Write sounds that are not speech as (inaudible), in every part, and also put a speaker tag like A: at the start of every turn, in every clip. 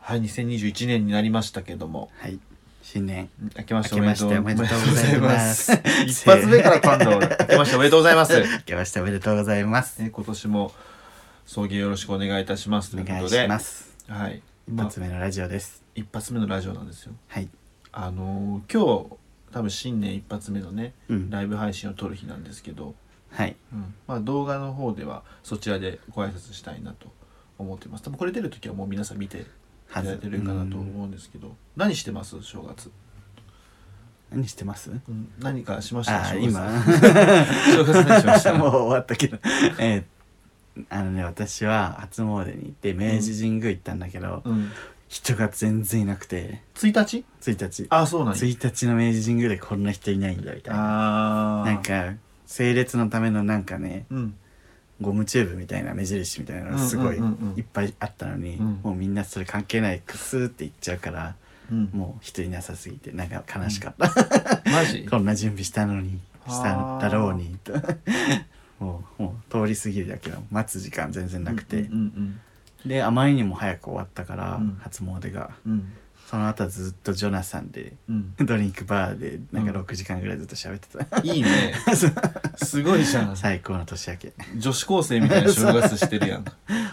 A: はい、2021年になりましたけども、
B: はい。新年。
A: 明けましてお
B: 明け
A: め
B: ま
A: でと
B: し
A: う
B: ておめでとうございます
A: おめでとうございま (laughs) 一発目から噛んだ俺。明けましておめでとうござい
B: (laughs)
A: ます。
B: 明けましておめでとうございます。
A: え今年も送迎よろしくお願いいたしますとい
B: お
A: うこ
B: 願
A: と
B: い
A: で、
B: します。
A: はい、
B: 一
A: まあ
B: 発目のラジオです。
A: 一発目のラジオなんですよ。
B: はい。
A: あのー今日多分新年一発目のね、
B: うん。
A: ライブ配信を撮る日なんですけど、
B: はい。
A: うんまあ動画の方ではそちらでご挨拶したいなと思ってます。多分これ出る時はもう皆さん見ていただいてるかなと
B: うん
A: 思うんですけど、何してます正月？
B: 何してます
A: うん何かしました
B: ああ、
A: 正月
B: 今。
A: 正月何しました (laughs)
B: もう終わったけど。えーあのね、私は初詣に行って明治神宮行ったんだけど、
A: うん、
B: 人が全然いなくて、
A: 1日
B: 1日。
A: あそうなんや
B: 1日の明治神宮でこんな人いないんだみたいな。
A: あー
B: なんか、整列のためのなんかね、
A: うん
B: ゴムチューブみたいな目印みたいなのがすごい
A: うんうんうんうん
B: いっぱいあったのに、
A: うん
B: もうみんなそれ関係ないクスーっていっちゃうから
A: うん
B: もう人いなさすぎてなんか悲しかった、
A: マジ
B: こんな準備したのにした
A: あー
B: だろうにと (laughs) もうもう通り過ぎるだけだ待つ時間全然なく
A: う
B: て、
A: ん
B: であまりにも早く終わったから、
A: うん
B: 初詣が
A: うんうん
B: その後はずっとジョナサンで
A: うん、
B: ドリンクバーでなんか
A: うん
B: 6時間ぐらいずっと喋ってた、
A: うん、いい
B: (laughs)
A: ねすごいじゃん
B: 最高の年明け
A: 女子高生みたいな正月してるや
B: (laughs)
A: ん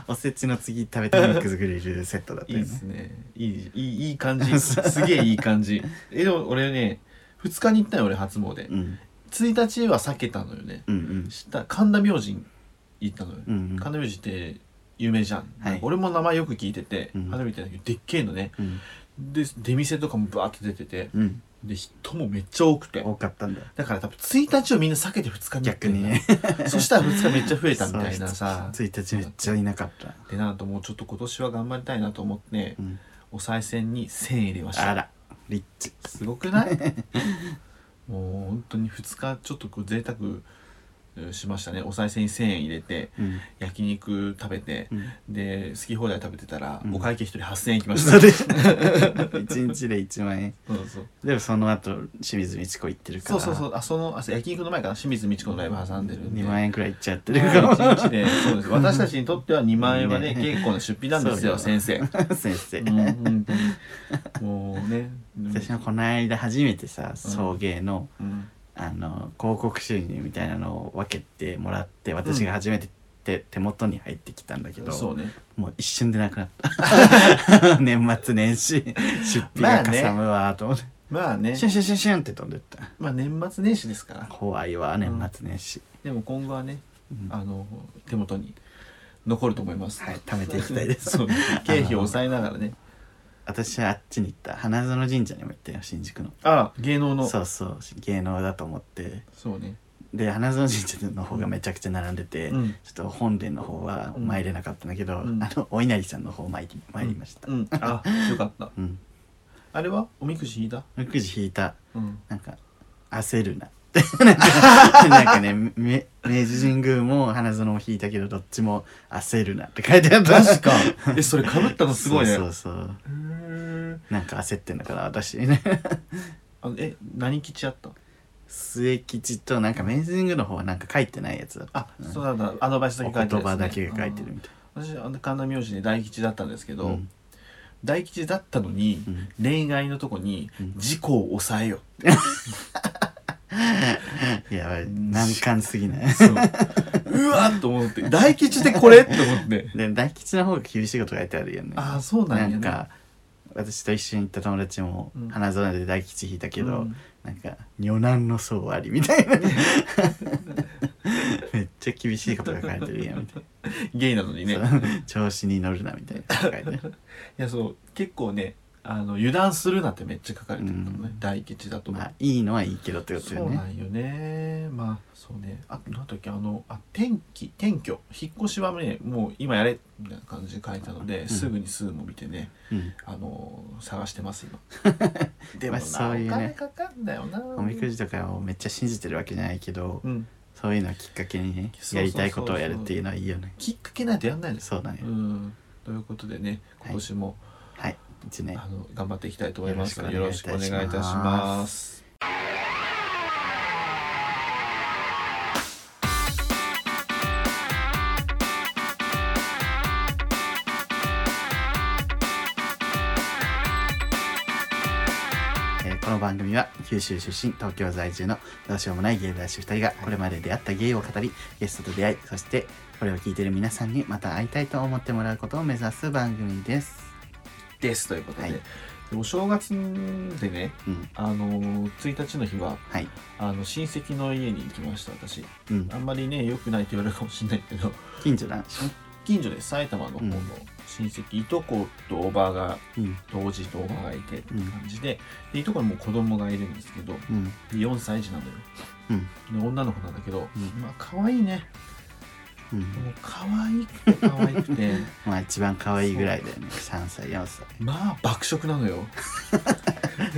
B: おせちの次食べたミックスグリルセットだった
A: いい
B: よ
A: っ
B: ね
A: すねいいいいいい感
B: (laughs)
A: じすすげえいい感じえでも俺ね2日に行ったよ俺初詣
B: うん
A: 1日は避けたのよね
B: うんうん
A: した神田明神行ったのよ、
B: うんう
A: 神
B: ん
A: 田明神って有名じゃん、
B: はい
A: 俺も名前よく聞いてて、
B: うん
A: 花火ってんだけどでっけえのね
B: うん
A: で出店とかもバーって出てて
B: うん、
A: で人もめっちゃ多くて
B: 多かったんだ
A: だから多分1日をみんな避けて2日に行ってん
B: 逆に
A: だ (laughs)
B: ね
A: そしたら2日めっちゃ増えたみたいなさ
B: (laughs) そう1日めっちゃいなかった、
A: でなんともうちょっと今年は頑張りたいなと思って
B: うん、
A: お賽銭に1000円入れました
B: あらリッチ
A: すごくない
B: (laughs)
A: もう本当に2日ちょっとこう贅沢えーしましたねお賽銭に1000円入れて
B: うん、
A: 焼肉食べて
B: うん、
A: で好き放題食べてたら、
B: うん
A: お会計1人8000円いきま (laughs) した
B: それ1日で1万円
A: そうそう
B: でもその後清水美智子行ってるか
A: そ
B: ら
A: うそうそううあそのあそう焼肉の前かな清水美智子のライブ挟んでるんで
B: 2万円くらい行っちゃってるかも
A: 1日でそうです私たちにとっては2万円はね
B: ね
A: 結構な出費なんですよ
B: そうよ
A: 先生
B: 先生、
A: うん本当にもうね
B: 私もこの間初めてさ送迎の,、
A: うん
B: あの広告収入みたいなのを分けてもらって私が初めて手手元に入ってきたんだけど、
A: そうね
B: もう一瞬でなくなった
A: (laughs)
B: 年末年始出費がかさむわと思って、
A: まあね
B: シュンシュンシュンシュンって飛んでった
A: まあ年末年始ですから
B: 怖いわ年末年始、
A: でも今後はね
B: うん
A: あの手元に残ると思います
B: はい貯めていきたいです
A: そう経費を抑えながらね
B: 私はあっちに行った花園神社にも行ったよ新宿の
A: あ芸能の
B: そうそう芸能だと思って
A: そうね
B: で花園神社の方がめちゃくちゃ並んでて、
A: うん
B: ちょっと本殿の方は
A: うん
B: 参れなかったんだけど、
A: うん
B: あのお稲荷さんの方参り参りました
A: う、んあよかった
B: うん
A: あれはおみくじ引いた
B: うくじ引いた
A: うん
B: なんか焦るなって (laughs) なんかなんかねめ明治神宮も花園も引いたけどどっちも焦るなって書いてあった
A: 確か (laughs) えそれかぶったのすごいね
B: そうそうそう
A: へー
B: なんか焦ってんだから私ね
A: あのえ何吉やった
B: 末吉となんか明治神宮の方はなんか書いてないやつだった
A: あ、そうなんだアドバイスだ
B: お
A: け書いてる
B: 言
A: やつね
B: 葉だけが書いてるみたい
A: あー私あの神田明神で大吉だったんですけ
B: な
A: ど、
B: うん
A: 大吉だったのに、
B: うん
A: 恋愛のとこに
B: うん
A: 事故を抑えよ、
B: (laughs) やばい難関すぎない
A: ううわっと思って大吉でこれって思って
B: で大吉の方が厳しいこと書いてあるよね
A: ああそうなんや
B: な
A: ね
B: んか私と一緒に行った友達も
A: うん
B: 花園で大吉引いたけど、
A: うん
B: なんか女難の層ありみたいな (laughs) めっちゃ厳しいことが書いてるやんみたい
A: ゲイなのにねい
B: な、そう調子に乗るなみたいな書いてある
A: や (laughs) そう結構ねあの油断するなってめっちゃ書かれてるのね、
B: うん
A: 大吉だと思う
B: まあいいのはいいけどってこと
A: そ
B: よ
A: うな
B: ね
A: んよねまあそうねあと何だっけあのあ天気転居引っ越しはねもう今やれみたいな感じで書いたので、
B: うん
A: すぐに数も見てね
B: うん
A: あの探してます
B: (laughs)
A: 今で
B: ま
A: もな、
B: あそういうね
A: お金かかんだよな
B: おみくじとかをめっちゃ信じてるわけじゃないけど、
A: うん
B: そういうのをきっかけにね
A: そうそうそうそう
B: やりたいことをやるっていうのはいいよね
A: きっかけないとやんないです
B: そうだね、
A: うんということでね
B: はい
A: 今年も、
B: はい一年
A: あの頑張っていきたいと思いますのでよ
B: よ
A: ろ
B: ろ
A: し
B: し
A: くお
B: くお
A: 願
B: 願
A: い
B: い
A: い
B: い
A: た
B: た
A: し
B: し
A: ま
B: ますこの番組は九州出身東京在住のどうしようもないゲイ男子2人がこれまで出会ったゲイを語りゲストと出会いそしてこれを聞いてる皆さんにまた会いたいと思ってもらうことを目指す番組です
A: ですということで,、
B: はい
A: でお正月でね
B: うん
A: あの1日の日は
B: はい
A: あの親戚の家に行きました私
B: うん
A: あんまりね良くないって言われるかもしれないけど
B: 近所なんでしょ
A: 近所で埼玉の方の親戚、いとことおばが
B: うん
A: 当時とおばがいてって
B: うん
A: 感じで,、でいとこにもう子供がいるんですけど
B: うん
A: で4歳児なのよ
B: うん
A: で女の子なんだけど、
B: うん
A: まあ可愛いね
B: うん
A: もう可愛くて可愛く
B: (laughs)
A: て
B: まあ一番可愛いぐらいだよね3歳4歳
A: まあ爆食なのよ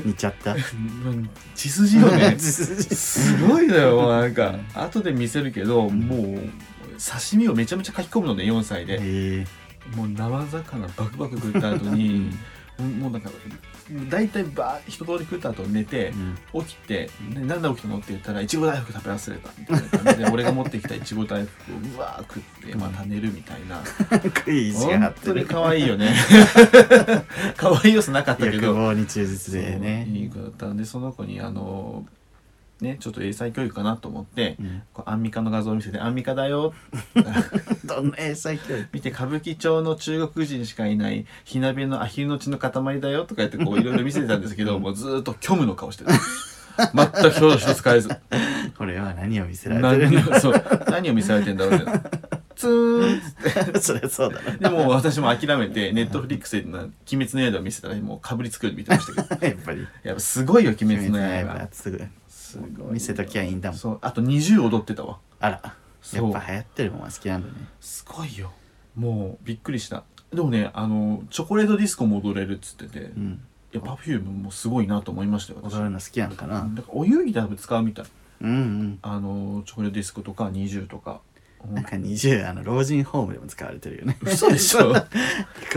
B: 似ちゃった
A: うん血筋よ
B: (laughs)
A: ねすごいのよなんか
B: う
A: 後で見せるけどもう刺身をめちゃめちゃ書き込むのね4歳で、
B: え
A: もう生魚バクバク食った後にもうなんか大体バーって一通り食った後寝て
B: ーうん
A: 起きて「ね、なんで起きたの?」って言ったら「いちご大福食べ忘れた」みたいな感じ
B: (laughs)
A: で俺が持ってきたいちご大福をうわー食ってまた寝るみたいな
B: 食い意地が張
A: 本
B: って
A: 当に
B: る
A: 可愛いよ
B: (laughs)
A: ね可愛い要素なかったけ
B: 欲
A: ど
B: 望に忠実でね
A: そういい子だったんでその子にあのねちょっと英才教育かなと思って
B: うん
A: こうアンミカの画像を見せて「アンミカだよ」
B: (laughs) どんな英才教育
A: 見て歌舞伎町の中国人しかいない火鍋のアヒルの血の塊だよとか言ってこういろいろ見せてたんですけどもうずーっと虚無の顔してた全く表情一つ変えず
B: これは何を見せられて
A: 何
B: る
A: をそう何を見せられてんだろうねツーンっつって
B: の (laughs) そりゃそうだな
A: でもう私も諦めてネットフリックスで「鬼滅の刃」を見せたらもうかぶりつくように見てましたけど
B: (laughs) やっぱり
A: やっぱすごいよ「鬼滅の
B: 鬼滅の
A: 刃
B: 刃すぐ」
A: すごい
B: 見せときゃいいんだもん
A: そうあと20踊ってたわ
B: あらや
A: そう
B: っぱ流行ってるもんは好きなんだね
A: すごいよもうびっくりしたでもねあのチョコレートディスコも踊れるっつってて、
B: うん
A: いや、パフュームもすごいなと思いましたよ、私。
B: 踊るの好きなのかな
A: だからお遊戯で多分使うみたい。
B: うんうん
A: あの、チョコレートディスコとか20とか。
B: なんか20あの老人ホームでも使われてるよね (laughs)
A: 嘘でしょ
B: こうや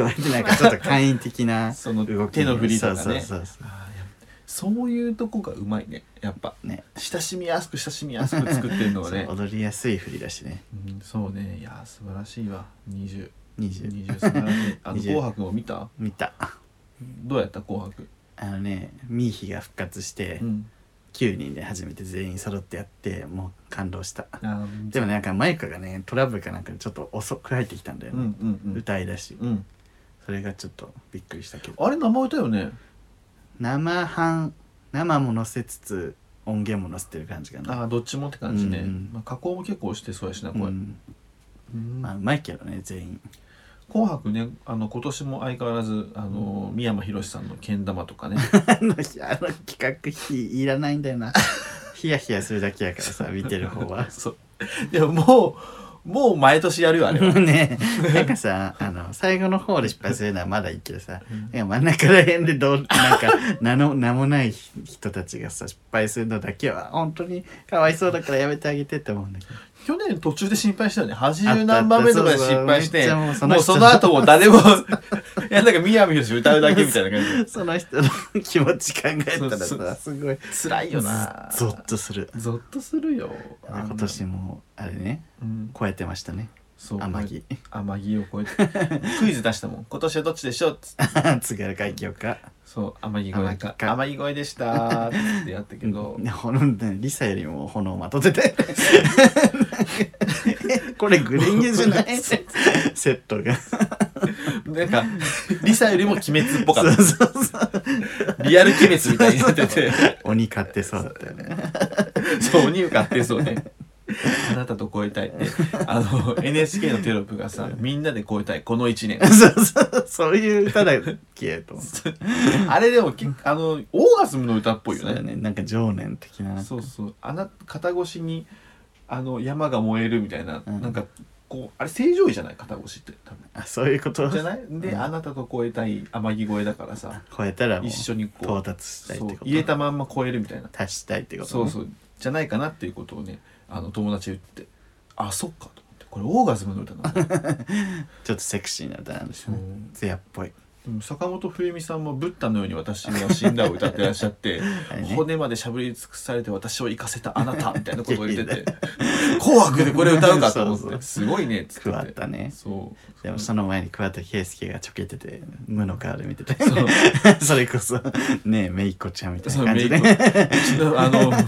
B: ってなんかちょっと会員的な
A: その
B: 動き
A: 手の振りとかね
B: そうそう
A: あ
B: そうそ
A: ーやっぱそういうとこがうまいね、やっぱ。
B: うね
A: 親しみやすく親しみやすく作ってるのはね
B: (laughs) そ。う踊りやすい振りだしね
A: うん、そうね。いやー、素晴らしいわ。20。
B: 20
A: 20素晴らしい。あの、
B: 20
A: 紅白を見た
B: 見た
A: どうやった紅白。
B: あのねミーヒが復活して
A: うん。
B: 9人で初めて全員揃ってやってもう感動した
A: あー
B: でもなんかマイカがねトラブルかなんかでちょっと遅く入ってきたんだよ
A: うんう
B: ね、
A: ん
B: 歌いだし
A: うん。うん。
B: それがちょっとびっくりしたけど
A: あれ、名前歌よね。
B: 生半生も乗せつつ音源も乗せてる感じかな
A: ああ、どっちもって感じね。
B: うんうん
A: まあ、加工も結構してそうやしな、こ
B: う
A: れ。
B: ん
A: うん
B: まあうまいけどね全 (laughs) 員
A: 紅白ねあの今年も相変わらずあの三山ひろしさんのけん玉とかね (laughs)
B: あのあの企画費いらないんだよ (laughs) なヒヤヒヤするだけやからさ見てる方は
A: そうでももうもう毎年やるよあれ
B: (laughs)
A: は
B: ねなんかさあの最後の方で失敗するのはまだいいけどさ
A: うん
B: なんか真ん中ら辺でどうなんか名の名もない人たちがさ失敗するのだけは本当にかわいそうだからやめてあげてって思うんだけど
A: 去年途中で心配したよね
B: あったあ
A: 80
B: った
A: 何番目とかで
B: そうそう
A: 失敗し
B: めってちゃ
A: も
B: もう
A: う
B: そ
A: そ
B: の人
A: の後も誰も (laughs) いやなんか三山ひろし歌うだけみたいな
B: (laughs)
A: 感
B: その人の気持ち考えたら
A: そうそ
B: さ
A: う
B: すごい
A: じ辛いよな
B: ゾッとする
A: ゾッとするよあんな
B: 今年もあれね
A: うん
B: 超えてましたね
A: そう
B: 天城
A: 天城を越え
B: (laughs)
A: てクイズ出したもん今年はどっちでしょうっつって
B: 津軽海峡か
A: そう天城越え
B: 天
A: か
B: 城か
A: 天城越えでしたーってやったけど
B: ねほのねリサよりも炎まとっ
A: (laughs)
B: ててこれグレンゲじゃないセットが
A: なんか、リサよりも鬼滅っぽか
B: そう
A: っ
B: そうそう
A: た。リアル鬼滅みたいになって (laughs) て、
B: 鬼買ってそうだったよね (laughs)
A: そう、鬼受かってそうね。 (laughs) あなたと超えたいって、あの、NHK のテロップがさ、みんなで超えたい、この一年。
B: そうそうそういう歌だっけと思って
A: あれでもけ、あの、オーガズムの歌っぽい
B: そう
A: よ
B: だ
A: ね。
B: ねなんか情念的な
A: そうそう。あな、肩越しに、あの、山が燃えるみたいな、
B: うん
A: なんか、こう、あれ正常位じゃない肩越しって、多分。
B: あそういうこと
A: じゃないで、
B: うん
A: あなたと超えたい天城越えだからさ、 (laughs)
B: 超えたらもう
A: 一緒にこ
B: 到
A: う、
B: 達したいっ
A: そ
B: て
A: う
B: こと
A: 入れたまんま超えるみたいな。
B: 足したいってこと、ね、
A: そうそうじゃないかなっていうことをねあの友達言ってあそっかと思ってこれオーガズムの歌なんだ
B: (laughs) ちょっとセクシーな歌なんですよね
A: うん
B: 艶っぽい
A: でも坂本冬美さんも「ブッダのように私は死んだ」を歌ってらっしゃって
B: あれね
A: 骨までしゃぶり尽くされて私を生かせたあなた」みたい
B: (laughs)
A: なことを言ってて「紅白」でこれ歌うかと思って
B: そうそう
A: すごいね」っつって
B: 加わってたね
A: そう
B: でもその前に桑田佳祐がちょけてて無の顔で見てて
A: そう
B: (laughs) それこそねえめいっ子ちゃんみたい
A: そ
B: な
A: の
B: 感
A: メ
B: じ
A: イク
B: で
A: うちのあのめいあの親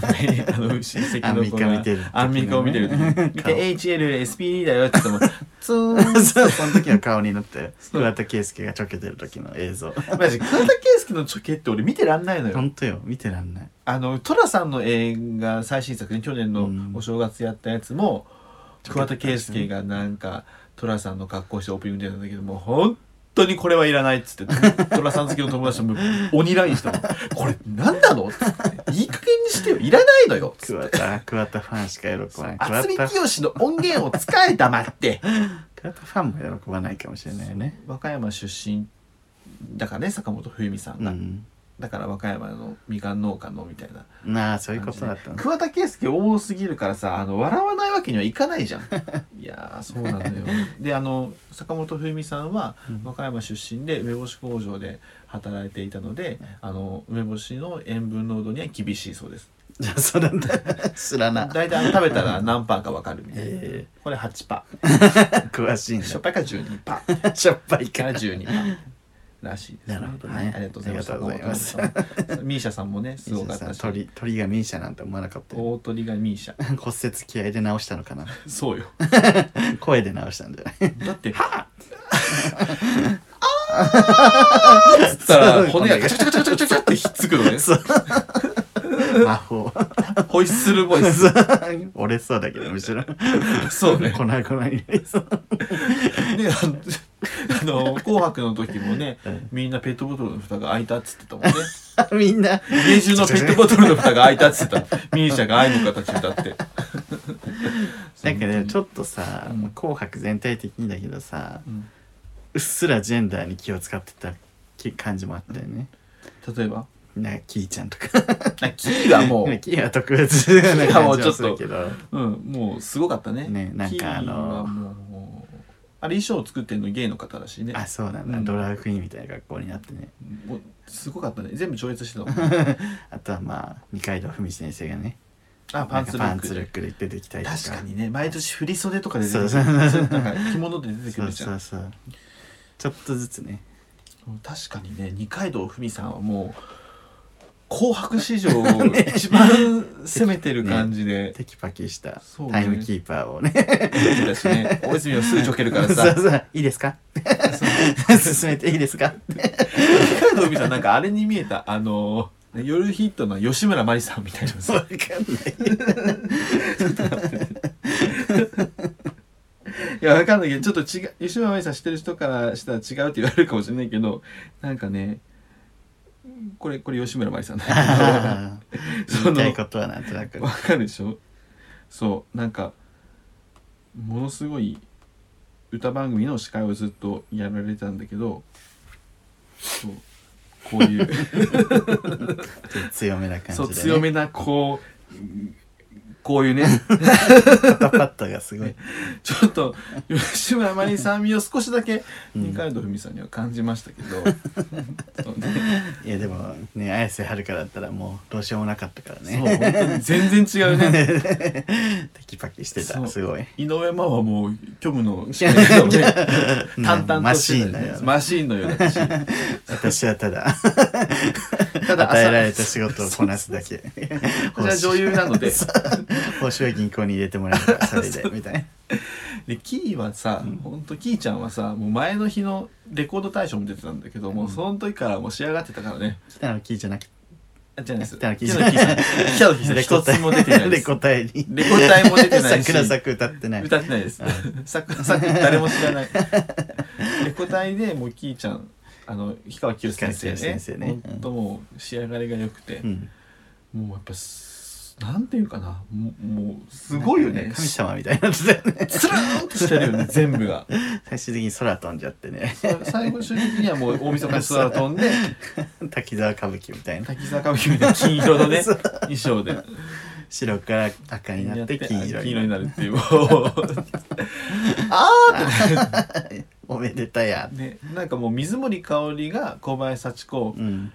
A: 戚の子が
B: アンミカ見てる時のね
A: アンミカを見てる時に見
B: (laughs) 顔
A: て HLSPD だよって言ってもツーン
B: (laughs) そうその時の顔になって
A: そう
B: 桑田佳祐がちょけてる時の映像
A: (laughs) マジ桑田佳祐のチョケって俺見てらんないのよ
B: ほんとよ見てらんない
A: あの寅さんの映画最新作ね去年のお正月やったやつも、桑田佳祐がなんか寅さんの格好してオープニング出たんだけどもう本当にこれはいらないっつって (laughs) 寅さん好きの友達とも鬼ラインしたの「これ何なの?」っつって「いい加減にしてよいらないのよ」っつって
B: 桑田桑田ファンしか喜ばない桑
A: 渥美
B: 田
A: 清の音源を使え黙
B: (laughs)
A: って
B: 桑田ファンも喜ばないかもしれないよね
A: 和歌山出身だからね坂本冬美さん
B: う
A: が、
B: ん
A: だから和歌山のみかん農家のみたいな
B: なあそういうことだったの
A: 桑田佳祐多すぎるからさあの笑わないわけにはいかないじゃん (laughs) いやーそうなのよであの坂本冬美さんは
B: うん
A: 和歌山出身で梅干し工場で働いていたのであの梅干しの塩分濃度には厳しいそうです
B: じゃあ (laughs) それだ知らな
A: 大体あの食べたら何パーか分かるみたいな、
B: え
A: これ8パ
B: (laughs) ー詳しいん
A: ーしょっぱ
B: だ
A: いから12パー
B: しょっぱい
A: か
B: からら
A: 12番らしいです、
B: なるほどね
A: はい、ありがとうございます。
B: ありがとうございます
A: 坂本さんミーシャさんもね、すごかったし。
B: 鳥鳥がミーシャなんて思わなかったよ
A: 大鳥がミーシャ。
B: 骨折気合で直したのかな
A: (laughs) そうよ。
B: 声で直したんじ
A: (laughs)
B: ゃない
A: だって、はあーっつったら骨がカチャカチャカチャカチャカチャってひっつくのね。
B: そう魔法 (laughs)
A: ホイッスルボイス。
B: 折れそうだけどむしろ
A: そうね。
B: 粉々になりそう
A: で、あの、あの紅白の時もね、みんなペットボトルの蓋が開いたっつってたもんね。
B: (laughs) みんな
A: 家中のペットボトルの蓋が開いたっつってた。ミーシャが愛の形歌って。
B: なんかねち
A: ょっ
B: ょっとさ「
A: うん
B: 紅白」全体的にだけどさ
A: と、うん
B: うっすらジェンダーに気を使ってたき感じもあったよね
A: 例えば
B: なんかキーちゃんとか
A: あキーはもう、
B: キーは特別な感じもするけど
A: うん、もうすごかったね。
B: ねなん
A: キー
B: か
A: は
B: あの
A: もうあれ衣装を作ってるのゲイの方らしいね。
B: あそうなんだ、
A: うん
B: ドラァグクイーンみたいな格好になってね
A: もうすごかったね。全部超越してたもん。
B: (laughs) あとはまあ二階堂ふみ先生がね
A: あ、パンツル
B: なんか
A: ッ
B: パンツルッ
A: ク。
B: クで出てきたりとか
A: 確かにね、毎年振り袖とかで出てくる。
B: そうそう
A: そうなんか着物で出てく
B: そう
A: るじゃん。
B: そうそうちょっとずつね
A: 確かにね、二階堂ふみさんはもう、紅白史
B: (laughs)
A: 上一番攻めてる感じで
B: テキパキした
A: そうね
B: タイムキーパーをね
A: 出てたしね、大泉をすぐちょけるから
B: (laughs) そう
A: さ、
B: そういいですか進めていいですか
A: 二階堂ふみさんなんかあれに見えた、あの、夜ヒットの吉村麻里さんみたいなさ
B: わかんない
A: いや、わかんないけど、ちょっと違う、吉村麻里さん知ってる人からしたら違うって言われるかもしれないけど、なんかね、これ、これ吉村麻里さんだ
B: あ
A: け
B: (laughs) ー
A: ど、そ
B: 言い
A: の
B: たい、ことはなんとなく
A: わかるでしょそう、なんか、ものすごい歌番組の司会をずっとやられてたんだけど、そう、こう (laughs) いう、
B: 強めな感じ
A: そ
B: で、
A: う、
B: ね、
A: 強めな、こう、こういうね、 (laughs)
B: 肩パッドがすごい
A: ちょっと吉村麻里さん味を少しだけ二階堂ふみさんには感じましたけど、そうね
B: いやでもね綾瀬はるかだったらもうどうしようもなかったから
A: そう本
B: ね
A: 当に全然違う (laughs) ね
B: テキパキして
A: そ
B: た
A: う
B: すごい
A: (laughs) 井上真央はもう虚無の司会だ (laughs) よね淡々
B: マ
A: とし
B: シ
A: て
B: ーン
A: た
B: だ
A: よ
B: よ
A: ねマシーンのようだし
B: 私はただ
A: ただ
B: 与えら
A: 朝
B: れた仕事をこな
A: (laughs)
B: すだけ
A: 私は女優なので
B: そう報酬は銀行に入れてもらえたからそ
A: (laughs)
B: れでみたいな
A: でキーはさ、
B: うん
A: ほんとキーちゃんはさもう前の日のレコード大賞も出てたんだけども、
B: うん
A: その時からもう仕上がってたからね
B: 北野キーじゃなくて
A: あじゃないです
B: 北野キー
A: 北野キーさん北野キーさん一つも出てないで
B: レ
A: す
B: コ大に
A: レコ大も出てないし
B: 桜咲く歌ってない
A: 歌ってないです。サクサク誰も知らない。レコ大でもうキーちゃん、あの氷川きよし先生ね。
B: 氷川きよし先生ね
A: 本当もう仕上がりが良くて、
B: うん
A: もうやっぱすなんていうかな、もうもうすごいよね。
B: 神様みたいになってたよね
A: つるーんとしてる (laughs) よね全部が。
B: 最終的に空飛んじゃってね (laughs)
A: さ最後主義的にはもう大晦日に空飛んで
B: 滝沢歌舞伎みたいな
A: 滝沢歌舞伎みたいな金色のね
B: (laughs) そう
A: 衣装で。
B: 白から赤になって黄色
A: 黄色に
B: に
A: なるっていうもうあ
B: おめでたや
A: ー、ね、なんかもう水森かおりが小林幸子
B: うん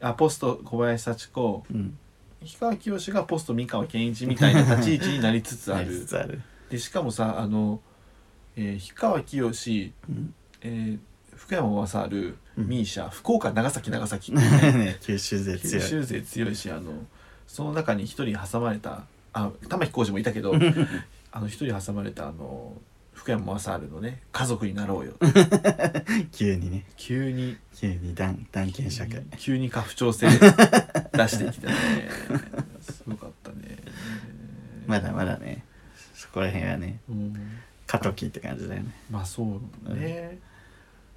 A: あポスト小林幸子
B: うん、
A: 氷川きよしがポスト三河健一みたいな立ち位置になりつ (laughs) つあ
B: なり
A: る
B: つつある (laughs)
A: でしかもさあの、えー、氷川きよし、
B: うん
A: えー福山雅治
B: うん
A: ミーシャ福岡長崎長崎
B: ね九州勢
A: 九
B: 強い
A: 州勢強いしあのその中に一人挟まれたあ玉置浩二もいたけ
B: (laughs)
A: どあの一人挟まれたあの福山雅治のね「家族になろうよ」
B: 急にね
A: 急に
B: 急に断断権社会
A: 急に過不調
B: (laughs)
A: 性出してきたねすごかったね
B: まだまだねそこら辺はね
A: うん
B: 過渡期って感じだよね
A: まあそうね、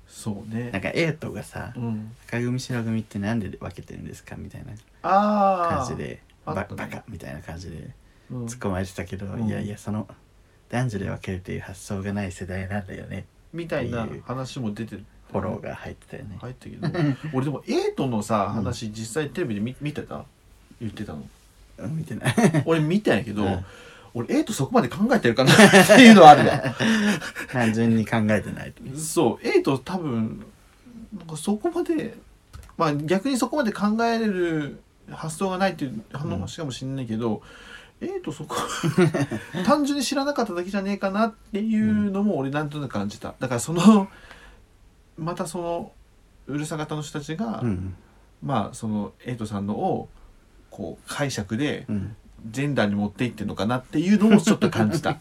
A: そう
B: なん
A: ね
B: かエイトがさ
A: うん
B: 赤組白組ってなんで分けてるんですかみたいな
A: ああ
B: 感じで
A: あー
B: バ
A: あったね
B: バカみたいな感じで
A: うん
B: 突っ込まれてたけど、
A: うん
B: いやいやその男女で分けるっていう発想がない世代なんだよね
A: みたいな話も出て
B: フォローが入ってたよね、
A: 入ったけど俺でもエイトのさ
B: うん
A: 話実際テレビで見見てた言ってたの
B: うん見
A: (laughs)
B: てない
A: 俺見たんやけど、
B: うん
A: 俺エイトそこまで考えてるかなっていうのはあるわ
B: 単純に考えてない (laughs)
A: そうエイト多分なんかそこまでまあ逆にそこまで考えれる発想がないっていう話かもしんないけど、エイトそ
B: (laughs)
A: こ単純に知らなかっただけじゃねえかなっていうのも俺なんとなく感じただからそのまたそのうるさ型の人たちが、
B: うん
A: まあそのエイトさんのをこう解釈で
B: うん
A: ジェンダーに持っていってるのかなっていうのもちょっと感じ
B: (laughs)
A: た。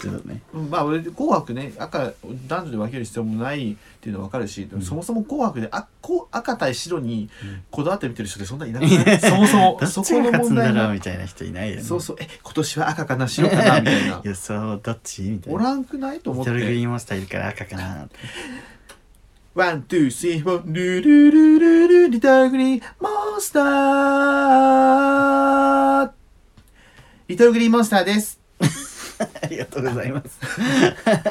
B: ちょっとね
A: うんまあ俺紅白ね赤男女で分ける必要もないっていうのは分かるし、でも
B: うん
A: そもそも紅白であこ赤対白に
B: うん
A: こだわって見てる人ってそんなにいなくないそもそ
B: (laughs)
A: も
B: どっ
A: そ
B: ち
A: こ
B: が
A: の
B: 勝つ
A: 問
B: んだ
A: 題
B: ろう
A: が
B: みたいな人いないよね
A: そうそうえ今年は赤かな白かなみた
B: (laughs)
A: いな
B: 予想どっちみたい
A: お
B: な
A: らんくないと思
B: リ
A: って
B: トルグリーンモンスターいるから赤
A: (laughs)
B: かな
A: ワン、ツー、スリー、フォー、ルルルルル、リトルグリーンモンスターリトルグリーンモンスターです。
B: ありがとうございます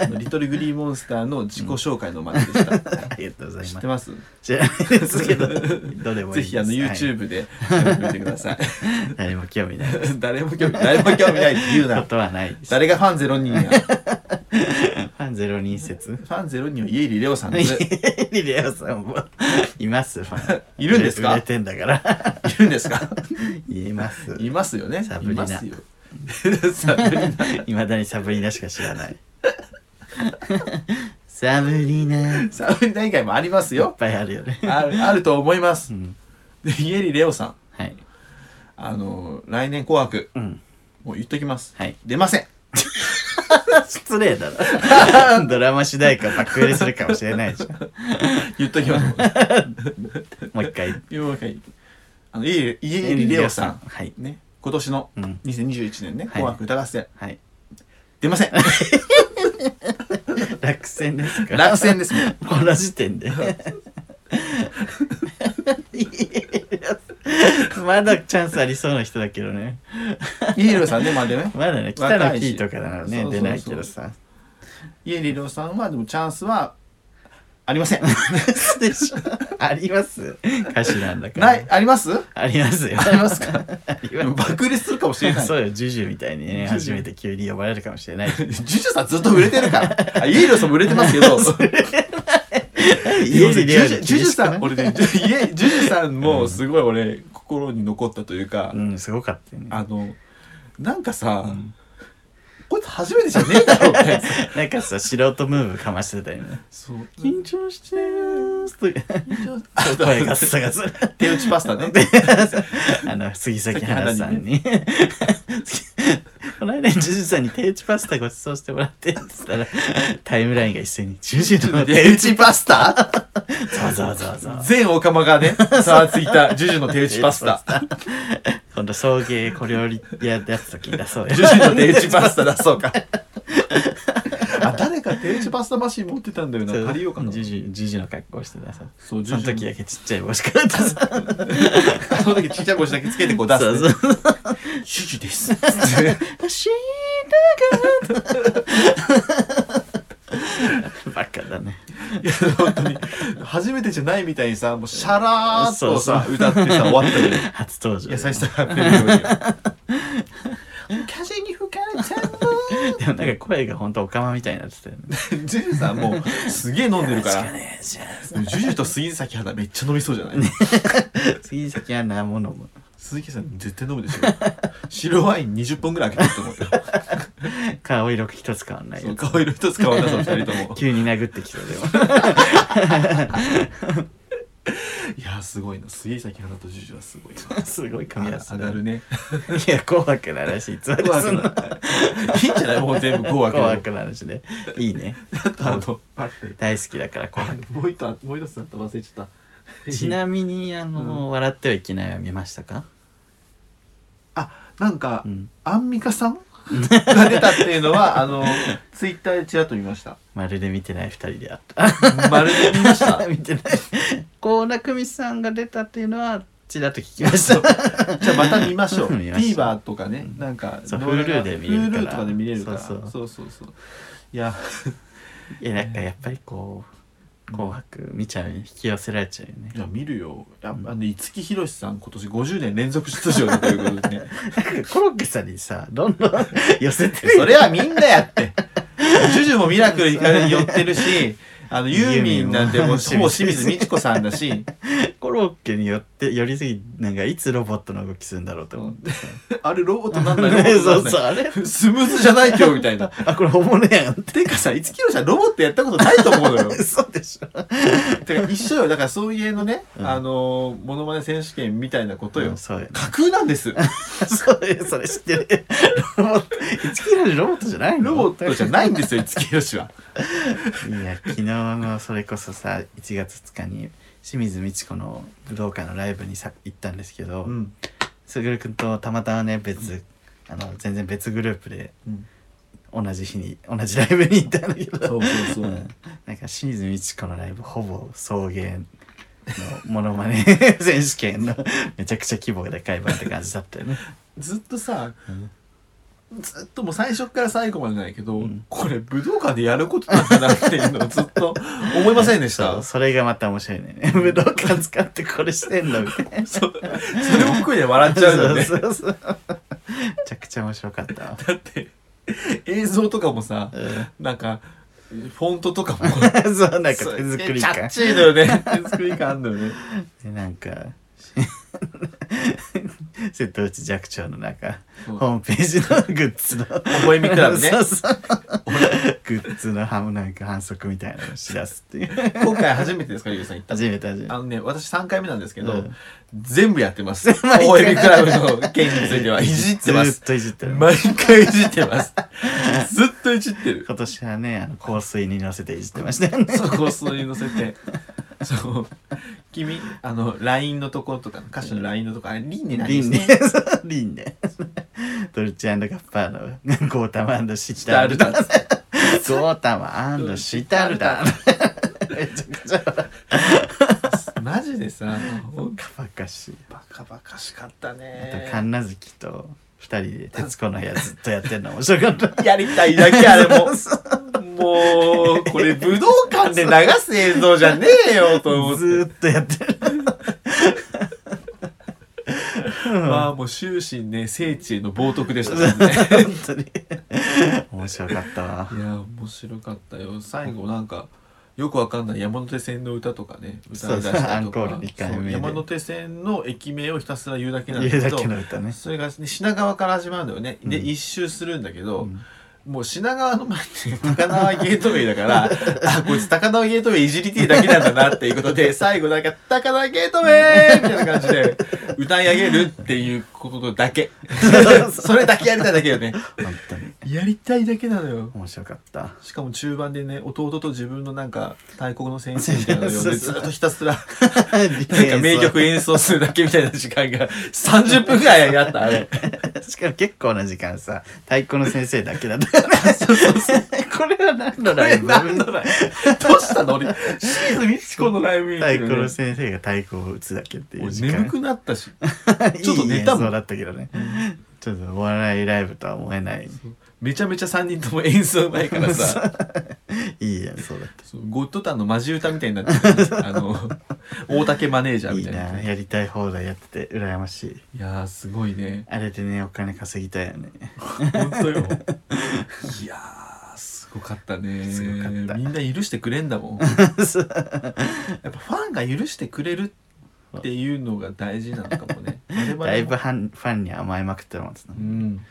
A: あのリトルグリーンモンスターの自己紹介の真似でした。
B: ありがとうござい
A: 知
B: ま
A: って
B: す
A: ます
B: 知ら
A: (laughs)
B: ないですけどどれもい
A: ぜ
B: いです
A: ひあの
B: はい
A: YouTube で調べてください。
B: (laughs) 誰も興味ない
A: (laughs) 誰も興味誰も興味ないって言う
B: こ
A: な
B: とはないフ
A: 誰がファンゼロ人やフ
B: ァンゼロ
A: (laughs)
B: 人説
A: ァンゼロ人は家入レオさんです
B: リレオさんもいますファン
A: (laughs) いるんですか
B: 売れてんだから (laughs)
A: いるんです (laughs) か (laughs)
B: います
A: いますよね
B: サ
A: い
B: ブリナ
A: ますよサブリナ
B: いまだにサブリナしか知
A: (laughs)
B: らないサブリナいっ
A: サブリナ以外もありますよ
B: ぱいあるよね
A: ある (laughs) あると思いま
B: う
A: す
B: ん
A: で家入レオさん
B: はい
A: あの来年紅白
B: うん
A: もう言っときます
B: はい
A: 出ません
B: 失礼だ
A: (laughs)
B: ろドラマ主題歌爆売れするかもしれないじゃん
A: 言っときます
B: もう一回
A: もう一回あの家入家入レオさん
B: はい
A: ね今年の
B: うん
A: 2021年ね
B: い
A: 紅白歌合戦
B: はい
A: 出ません
B: 落選ですか
A: 落選です
B: (laughs)
A: ね
B: この時
A: (laughs)
B: 点でまだチャンスありそうな人だけどね
A: 家入レオさんねまあでね
B: まだね北のキーとかならね
A: 若いし
B: 出ないけどさ
A: 家入レオさんはでもチャンスはありません
B: でしょあります歌詞なんだから
A: ないあります
B: ありますよ
A: ありますか
B: あり
A: でも (laughs)
B: ま
A: 爆売れするかもしれない (laughs)
B: すそうよジュジュみたいに
A: ジ
B: ね
A: ュ
B: 初
A: ジュ
B: めて急に呼ばれるかもしれない
A: ジュジュさんずっと売れてるからあ家入レオさんも売れてますけ
B: (laughs)
A: ど
B: 家
A: ジ
B: に
A: ュジ
B: 出会う
A: ュ
B: の厳
A: ジュジュ
B: しくない
A: さん俺ねジュ (laughs) 家ジュジュさんもすごい俺心に残ったというか、
B: うんすごかったよね
A: あのなんかさ、こいつ初めてじゃねえだろうって
B: なんかさ素人ムーブかましてたよね
A: (laughs) そう
B: 緊張してます
A: (laughs)
B: とか声ガッサガサ
A: 手打ちパスタね
B: (laughs) あの杉咲花さんに (laughs) この間ジュジュさんに手打ちパスタごちそうしてもらってって言ったらタイムラインが一斉に「ジュジュの手
A: 手
B: 打
A: 打
B: ち
A: ちパスタ
B: ざわざわざわざわ
A: 全オカマが (laughs) ねさあついたジュジュの手打ちパスタ
B: 今度送迎小料理屋でやった時に出そうよ
A: ジュジュの手打ちパスタ出そうか (laughs) あ誰か手打ちパスタマシン持ってたんだよな
B: そう
A: 借りようかな
B: ジュジュジュジュの格好して出そう
A: そう
B: その時だ
A: だ
B: けちっちゃい帽子から出そう
A: けその時ちっちゃい腰だけつけてこう出す、ね、
B: そうそう
A: ジュジュですバ
B: 足が (laughs) バカだね
A: (laughs) 本当に初めてじゃないみたいにさもうシャラーっとさ
B: そうそ (laughs)
A: 歌ってさ終わったよね
B: 初登場
A: 優しさが出るように風に吹かれちゃ
B: (laughs) でもなんか声が本当おかまみたいになってたよね。
A: うジュジュさんもうすげえ飲んでるから
B: 確にじゃ
A: ジュジュと杉咲花めっちゃ飲みそうじ
B: (laughs)
A: ゃない
B: あ次先は何も飲む。
A: 鈴木さん絶対飲むでしょ白ワイン20本ぐらい開けてると思うよ
B: 顔色一つ変わんない
A: そ
B: よ
A: う。顔色一つ変わんなそう2人とも
B: (laughs) 急に殴ってきそうでも。
A: いやーすごいな杉咲花とジュジュはすごいな (laughs)
B: すごい髪
A: あ
B: 型
A: 上がるね
B: いや、紅白の話いつまで
A: 紅
B: (laughs) すん
A: 白
B: の
A: のいいんじゃないもう全部紅白
B: 紅
A: の
B: 白の話ね。いいね。
A: あとあのあれ
B: 大好きだか
A: (laughs)
B: ら紅白。
A: もう一つあもう一つあった忘れちゃっ
B: (laughs) ちなみに、あの、笑ってはいけないは見ました
A: た
B: か
A: (laughs) あなんか、
B: うん。
A: アンミカさんが出たっていうのはあのツイッターでちらっと見ま
B: (laughs)
A: した
B: まるで見てない二人であった。
A: まるで見ました
B: (laughs) 見てない。高田久美さんが出たっていうのは、ちらっと聞きました。
A: じゃあまた見ましょう
B: (laughs) 見ましょう
A: TVer とかねなんか
B: そう
A: 動画が
B: Hulu で見れるから
A: Hulu とかで見れるから
B: そ
A: そうう
B: そう
A: そうそういや
B: いやなんかやっぱりこう「紅白」見ちゃうよね引き寄せられちゃうよね
A: いや見るよやっぱあの五木ひろしさん今年50年連続出場だということで
B: (laughs)
A: ね
B: なんかコロッケさんにさど (laughs) んどん寄せて
A: それはみんなやってジュジュもミラクルに寄ってるしあのユーミンなんてもうほぼ清水美智子さんだし
B: コロッケによって寄りすぎなんかいつロボットの動きするんだろうと思ってさ
A: あれロボットなん (laughs) だ
B: ね
A: よ
B: そ
A: ロボットなん
B: う
A: だ
B: そう
A: よ
B: あれ
A: スムーズじゃない今日みたいな
B: あこれ本物やん (laughs) って
A: (laughs) てかさ五木ひろしはロボットやったことないと思うのよ
B: そうでしょ
A: (laughs) てか一緒よだからそういうのね、
B: うん
A: あのーモノマネ選手権みたいなことよ、
B: うんそうよね
A: 架空なんです
B: そうよそれ知ってるロボット一キロでロボットじゃないの
A: ロボットじゃないん (laughs) ですよ五木ひろしはい
B: や昨日のそれこそさ1月2日に清水美智子の武道館のライブにさ行ったんですけど、
A: うん、
B: すぐるくんとたまたまね別、あの全然別グループで
A: うん、
B: 同じ日に同じライブに行ったんだけど
A: そうそうそう、
B: ん (laughs) なんか清水ミチコのライブほぼ送迎のモノマネ (laughs) 選手権のめちゃくちゃ規模がでかい版って感じだったよね、
A: ずっとさ
B: うん
A: ずっともう最初から最後までないけど、
B: うん
A: これ武道館でやることなんだなっていうのを (laughs) ずっと思いませんでし
B: そ
A: (laughs) た
B: うそれがまた面白いね武道館使ってこれしてんのみた
A: (laughs)
B: いな
A: そうそれも含めて笑っちゃうのね
B: そうそうそうめちゃくちゃ面白かったわ、
A: だって映像とかもさ
B: う
A: なんかフォントとかも
B: ん、 (laughs) そうなんか手作り
A: キャ
B: 感
A: ッチーだよね手作り感あんだよね
B: でなんか (laughs) 瀬戸内寂聴のなんか
A: そう
B: ホームページのグッズの
A: 思いみクラブね
B: (laughs) そうそうグッズのハムなんか反則みたいなのを知らすっていう
A: 今回初めてですかゆうさん行ったの
B: 初めて初めて
A: あのね私3回目なんですけど、
B: うん
A: 全部やってます
B: (laughs) 毎回
A: 大エビクラブの件について
B: (laughs)
A: はいじってま
B: ず
A: す
B: っといじってる
A: 毎回いじってます
B: (laughs)
A: ずっといじってる
B: 今年はねあの香水に乗せていじってました
A: (laughs)
B: よね
A: そこをそれに乗せてそう君あの LINE のところとか歌詞の LINE のとこあれリンになり
B: リ
A: ます
B: ンね
A: ね
B: そう (laughs) リンねドルチェガッパーのゴータマシ
A: シ
B: タ
A: タ
B: ル
A: ル
B: ダ
A: ダ
B: ゴータマシタルダめちゃくちゃ
A: マジでさほんと
B: バカしい
A: バカバカしかった
B: あと
A: ね
B: 神奈月と二人で『徹子の部屋』ずっとやってんの面白かった
A: やりたいだけあれ
B: (laughs)
A: ももうこれ武道館で流す映像じゃねえよと思っ
B: ず
A: て
B: ーっとやってる
A: まあもう終始ね聖地への冒涜でした
B: 本
A: からね
B: 当に (laughs) 面白かったわ
A: いや面白かったよ最後なんかよくわかんない山手線の歌とかね歌い出し
B: そうそうア
A: た
B: ン
A: と
B: コー
A: か
B: ル二回目で
A: そう山手線の駅名をひたすら言うだけなんだ
B: 言
A: け
B: うだ
A: ど
B: けの歌ね
A: それが、ね、品川から始まるんだよね、で
B: うん
A: 一周するんだけど、
B: うん
A: もう品川の前って高輪ゲートウェイだからあこいつ高輪ゲートウェイいじりてえだけなんだなっていうこと (laughs) で最後なんか「高輪ゲートウェイ!」みたいな感じで歌い上げるっていうことだ (laughs) けそれだけやりたいだけよね
B: 本当に
A: やりたいだけなのよ
B: 面白
A: (laughs)
B: かった
A: しかも中盤でね弟と自分のなんか大国の先生みたいなのを呼んでず
B: そうそう
A: っとひたすら
B: なん
A: なんか名曲演奏するだけみたいな時間が30分ぐらいあったあ (laughs) れ
B: しかも結構な時間さ太鼓の先生だけだったか
A: (laughs)
B: らこれは何のライブ
A: 何のライブどうしたの俺清水ミチコのライブ見
B: 太
A: て
B: 鼓
A: る、
B: の
A: ね、
B: 先生が太鼓を打つだけっていう
A: 俺
B: 時間
A: 眠くなったし
B: い
A: ちょっと
B: い
A: 寝
B: 演
A: たもん
B: 奏だったけどねちょっとお笑いライブとは思えない
A: めちゃめちゃ3人とも演奏うまいから
B: (laughs)
A: さ
B: いいやんそうだっ
A: そうゴッドタンのマジ歌みたいになってる
B: (laughs)
A: あの大竹マネージャー
B: たい
A: み
B: い
A: たいない
B: なやりたい放題やってて羨ましい
A: やーすごいね
B: あれでねお金稼ぎたいよね
A: 本当よいやーすごかったね
B: すごかった
A: みんな許してくれんだ
B: (laughs)
A: もんやっぱファンが許してくれるっていうのが大事なのかもね
B: だいぶ
A: 我々も
B: ファンファンに甘えまくってるもんですね (laughs)
A: うん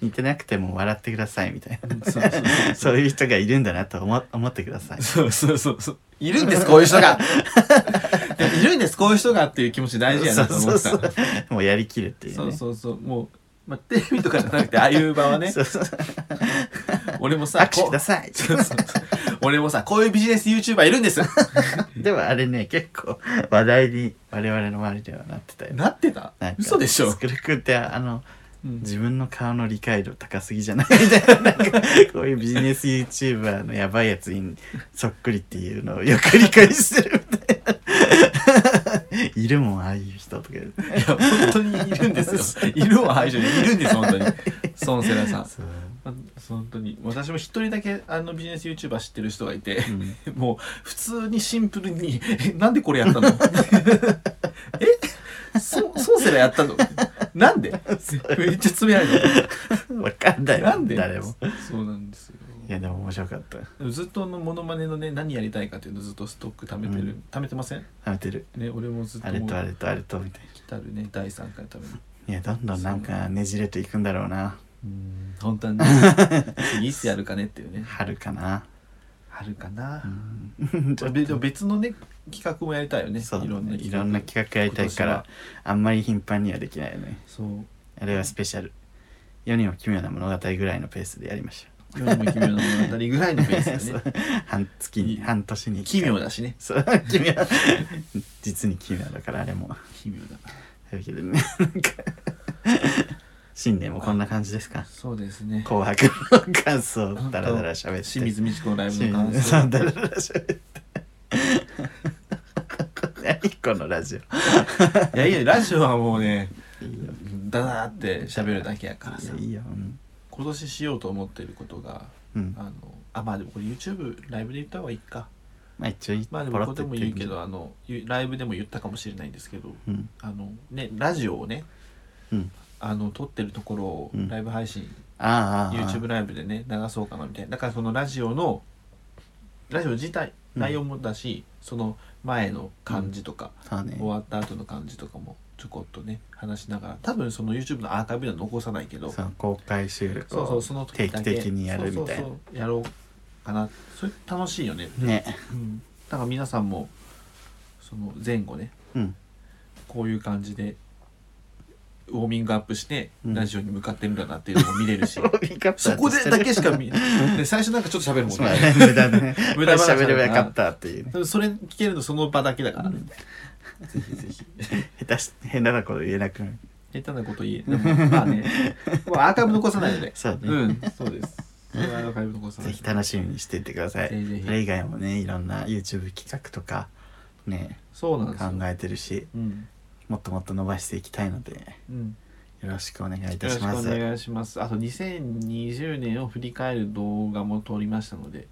B: 似てなくても笑ってくださいみたいな
A: そうそう
B: そういう人がいるんだなと思思ってく (laughs) ださい
A: そうそうそうそういるんですこういう人
B: (laughs)
A: がでもいるんですこういう人がっていう気持ち大事やなと思ってた
B: そうそうそうもうやりきるっていう
A: そう
B: ね
A: そうそうもう、まあ、テレビとかじゃなくてああいう場はね
B: そうそう
A: 俺もさ
B: 握手
A: こ
B: く
A: う
B: ださい (laughs)
A: そうそう俺もさこういうビジネス YouTuber いるんです
B: でもあれね結構話題に我々の周りではなってたよ
A: なってた
B: なんか
A: 嘘でしょ
B: ス、クル君ってあの
A: うん
B: 自分の顔の理解度高すぎじゃない (laughs) みたいななんかこういうビジネス YouTuber のやばいやつにそっくりっていうのをよく理解してるみたいないるもんああいう人と
A: い
B: か
A: や本当にいるんですよいるわ愛情にいるんです本当
B: (laughs)
A: に孫セラさん
B: そう、
A: 本当に私も一人だけあのビジネス YouTuber 知ってる人がいて
B: う、ん
A: もう普通にシンプルに「えなんでこれやったの? 」えそ孫セラやったのなん
B: (laughs)
A: でめっちゃ詰められ
B: わかんな
A: た
B: いもん
A: なんで
B: 誰も
A: そうなんですよ
B: いやでも面白かった
A: ずっとあのモノマネのね何やりたいかっていうのずっとストック貯めてる、
B: うん
A: 貯めてません
B: 食べてる
A: ね俺もずっと
B: あれ
A: もう
B: とあれとあれとみたいな
A: 来たるね第3回貯める
B: いやどんどんなんかねじれていくんだろうな
A: うん本
B: (laughs)
A: 当はね次いつやるかねっていうね
B: 春かな、
A: あるかな
B: う、ん (laughs) ちょっと
A: べでも別のね企画もやりたいよね
B: そうだね
A: いろんな企
B: い
A: 画
B: ろんな企画やりたいか
A: 今
B: ら
A: 年
B: あんまり頻繁にはできないよね
A: そう
B: あれはスペシャル世にも奇妙な物語ぐらいのペースでやりましょ
A: 世にも奇妙な物語ぐらいのペース
B: う
A: で
B: (laughs) そう
A: ね
B: 半月に
A: いい
B: 半年に
A: 奇
B: 一回
A: 妙だしね
B: そう (laughs) 奇妙実に奇妙だからあれも
A: 奇妙だか
B: というわけでね (laughs) なんか新年もこんな感じですから
A: そうですね
B: 紅白の感想をダラダラ喋って
A: 清水美智子のライブ
B: 清
A: の感
B: (laughs) 水さん
A: 想
B: ダラダラ喋って (laughs) 何このラジオ
A: いやいやラジオはもうね
B: いいよ
A: ダダーって喋るだけやからさ
B: いやいいようん
A: 今年しようと思ってることが
B: うん
A: あのあまあでもこれ YouTube ライブで言った方がいいか
B: まあ一応
A: まあで
B: ポ
A: も
B: ロ
A: ここ
B: ッと
A: でも
B: って
A: 言
B: み
A: う
B: る
A: けどあのゆライブでも言ったかもしれないんですけど
B: うん
A: あのねラジオをね
B: うん
A: あの撮ってるところを
B: うん
A: ライブ配信、
B: ああああああ
A: YouTube ライブでね流そうかなみたいなだからそのラジオのラジオ自体
B: うん
A: 内容もだし、その前の感じとか、
B: そうね
A: 終わった後の感じとかもちょこっとね話しながら多分その YouTube のアーカイブでは残さないけど
B: その公開収録
A: そうそ
B: を
A: うその時
B: 定
A: だ
B: 期
A: け
B: 的にやるみたい
A: そうそうそうやろうかなそれ楽しいよね、
B: なね
A: うん、だから皆さんもその前後ね
B: うん
A: こういう感じでウォーミングアップして
B: うん
A: ラジオに向かってるんだなっていうのも見れ
B: (laughs)
A: るし、そ
B: そ
A: こでだけしか見で最初なんかちょっと喋るもん
B: まあ
A: ね
B: ね無駄だね
A: 無駄話だな
B: 喋ればよかったっていうね
A: でもそれ聞けるのその場だけだからね、ぜひぜひ
B: 下手し変なこと言えなくなる
A: 下手なこと言えでもまあねもうアーカイブ残さないので
B: そうね
A: んそうですそれはアーカイブ残さな
B: ぜ
A: い
B: ひ楽しみにしていってください
A: ぜひぜひ
B: それ以外もねいろんな YouTube 企画とかね
A: そうなん
B: 考
A: ですよ
B: えてるし
A: うん
B: もっともっと伸ばしていきたいので
A: うん、
B: よろしくお願いい
A: よ
B: た
A: ろ
B: し
A: しく
B: ま
A: お
B: す
A: 願いしますあと2020年を振り返る動画も撮りましたので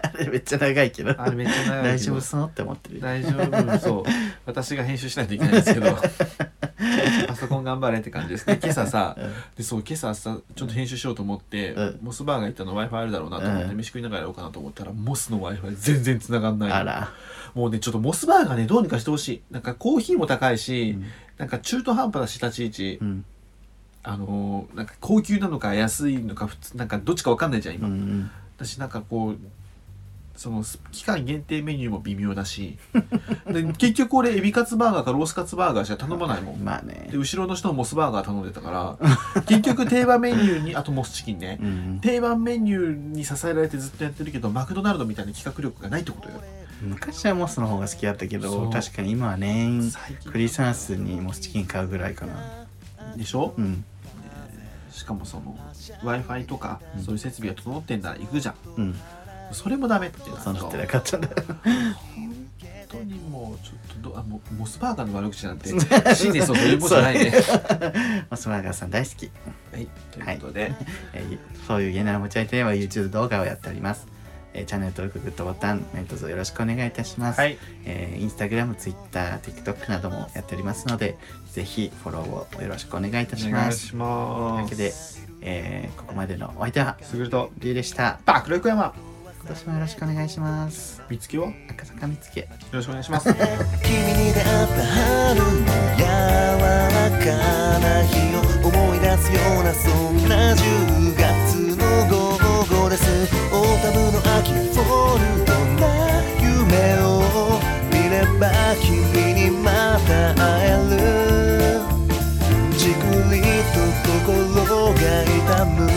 B: あれめっちゃ長いけど
A: あれめっちゃ長いけど
B: (laughs) 大丈夫そうって思ってる
A: 大丈夫
B: (laughs)
A: そう私が編集しないといけないですけどパソコン頑張れって感じですね今朝さでそう今朝さちょっと編集しようと思って、
B: うん
A: モスバーガー行ったの w i f i あるだろうなと思って、
B: うん
A: 飯食いながらやろうかなと思ったらモスの w i f i 全然繋がんないの
B: あら
A: もうねちょっとモスバーガーねどうにかしてほしいなんかコーヒーも高いうし、
B: ん
A: なんか中途半端だし立ち位置、
B: うん
A: あのーなんか高級なのか安いのか普通なんかどっちかわかんないじゃん
B: う
A: 今、
B: ん
A: 私なんかこうその期間限定メニューも微妙だ
B: (laughs)
A: しで結局俺エビカツバーガーかロースカツバーガーしか頼まないもん
B: まあね
A: で後ろの人もモスバーガー頼んでたから結局定番メニューにあとモスチキンね
B: うん
A: 定番メニューに支えられてずっとやってるけどマクドナルドみたいな企画力がないってことよ
B: 昔はモスの方が好きだったけ
A: そ
B: ど
A: う
B: 確かに今は年
A: 最近
B: クリスマスにモスチキン買うぐらいかな
A: でしょ、
B: うん
A: しかもその w i f i とかそういう設備が整ってんなら行くじゃん
B: うん
A: それもダメってな
B: そ
A: ん
B: (laughs) の
A: か
B: 人なかったんだ
A: 当にもうちょっとどあもうモスバーガーの悪口なん
B: (laughs)
A: て真実をそういうことじゃないね
B: マスバーガーさん大好き、
A: はいということで、
B: えーそういう芸なら持ち上げてれば YouTube 動画をやっております、えーチャンネル登録グッドボタンメントぞよろしくお願いいたします、
A: はい、
B: えー、Instagram、Twitter、TikTok などもやっておりますのでぜひフォローをよろしくお願いいたし
A: お
B: ま
A: 願い
B: す
A: しま
B: というわ
A: す
B: えーここまでのお相手は
A: すぐると
B: リュウでした
A: 爆力山
B: 今年もよろしくお願いします
A: 美月をよ
B: 赤坂見つけ
A: ろしくお願いします
C: 君に出会った春の柔らかな日を思い出すようなそんな10月の午後ですオータムの秋フォルトな夢を見れば君にまた会えるじくりと心が痛む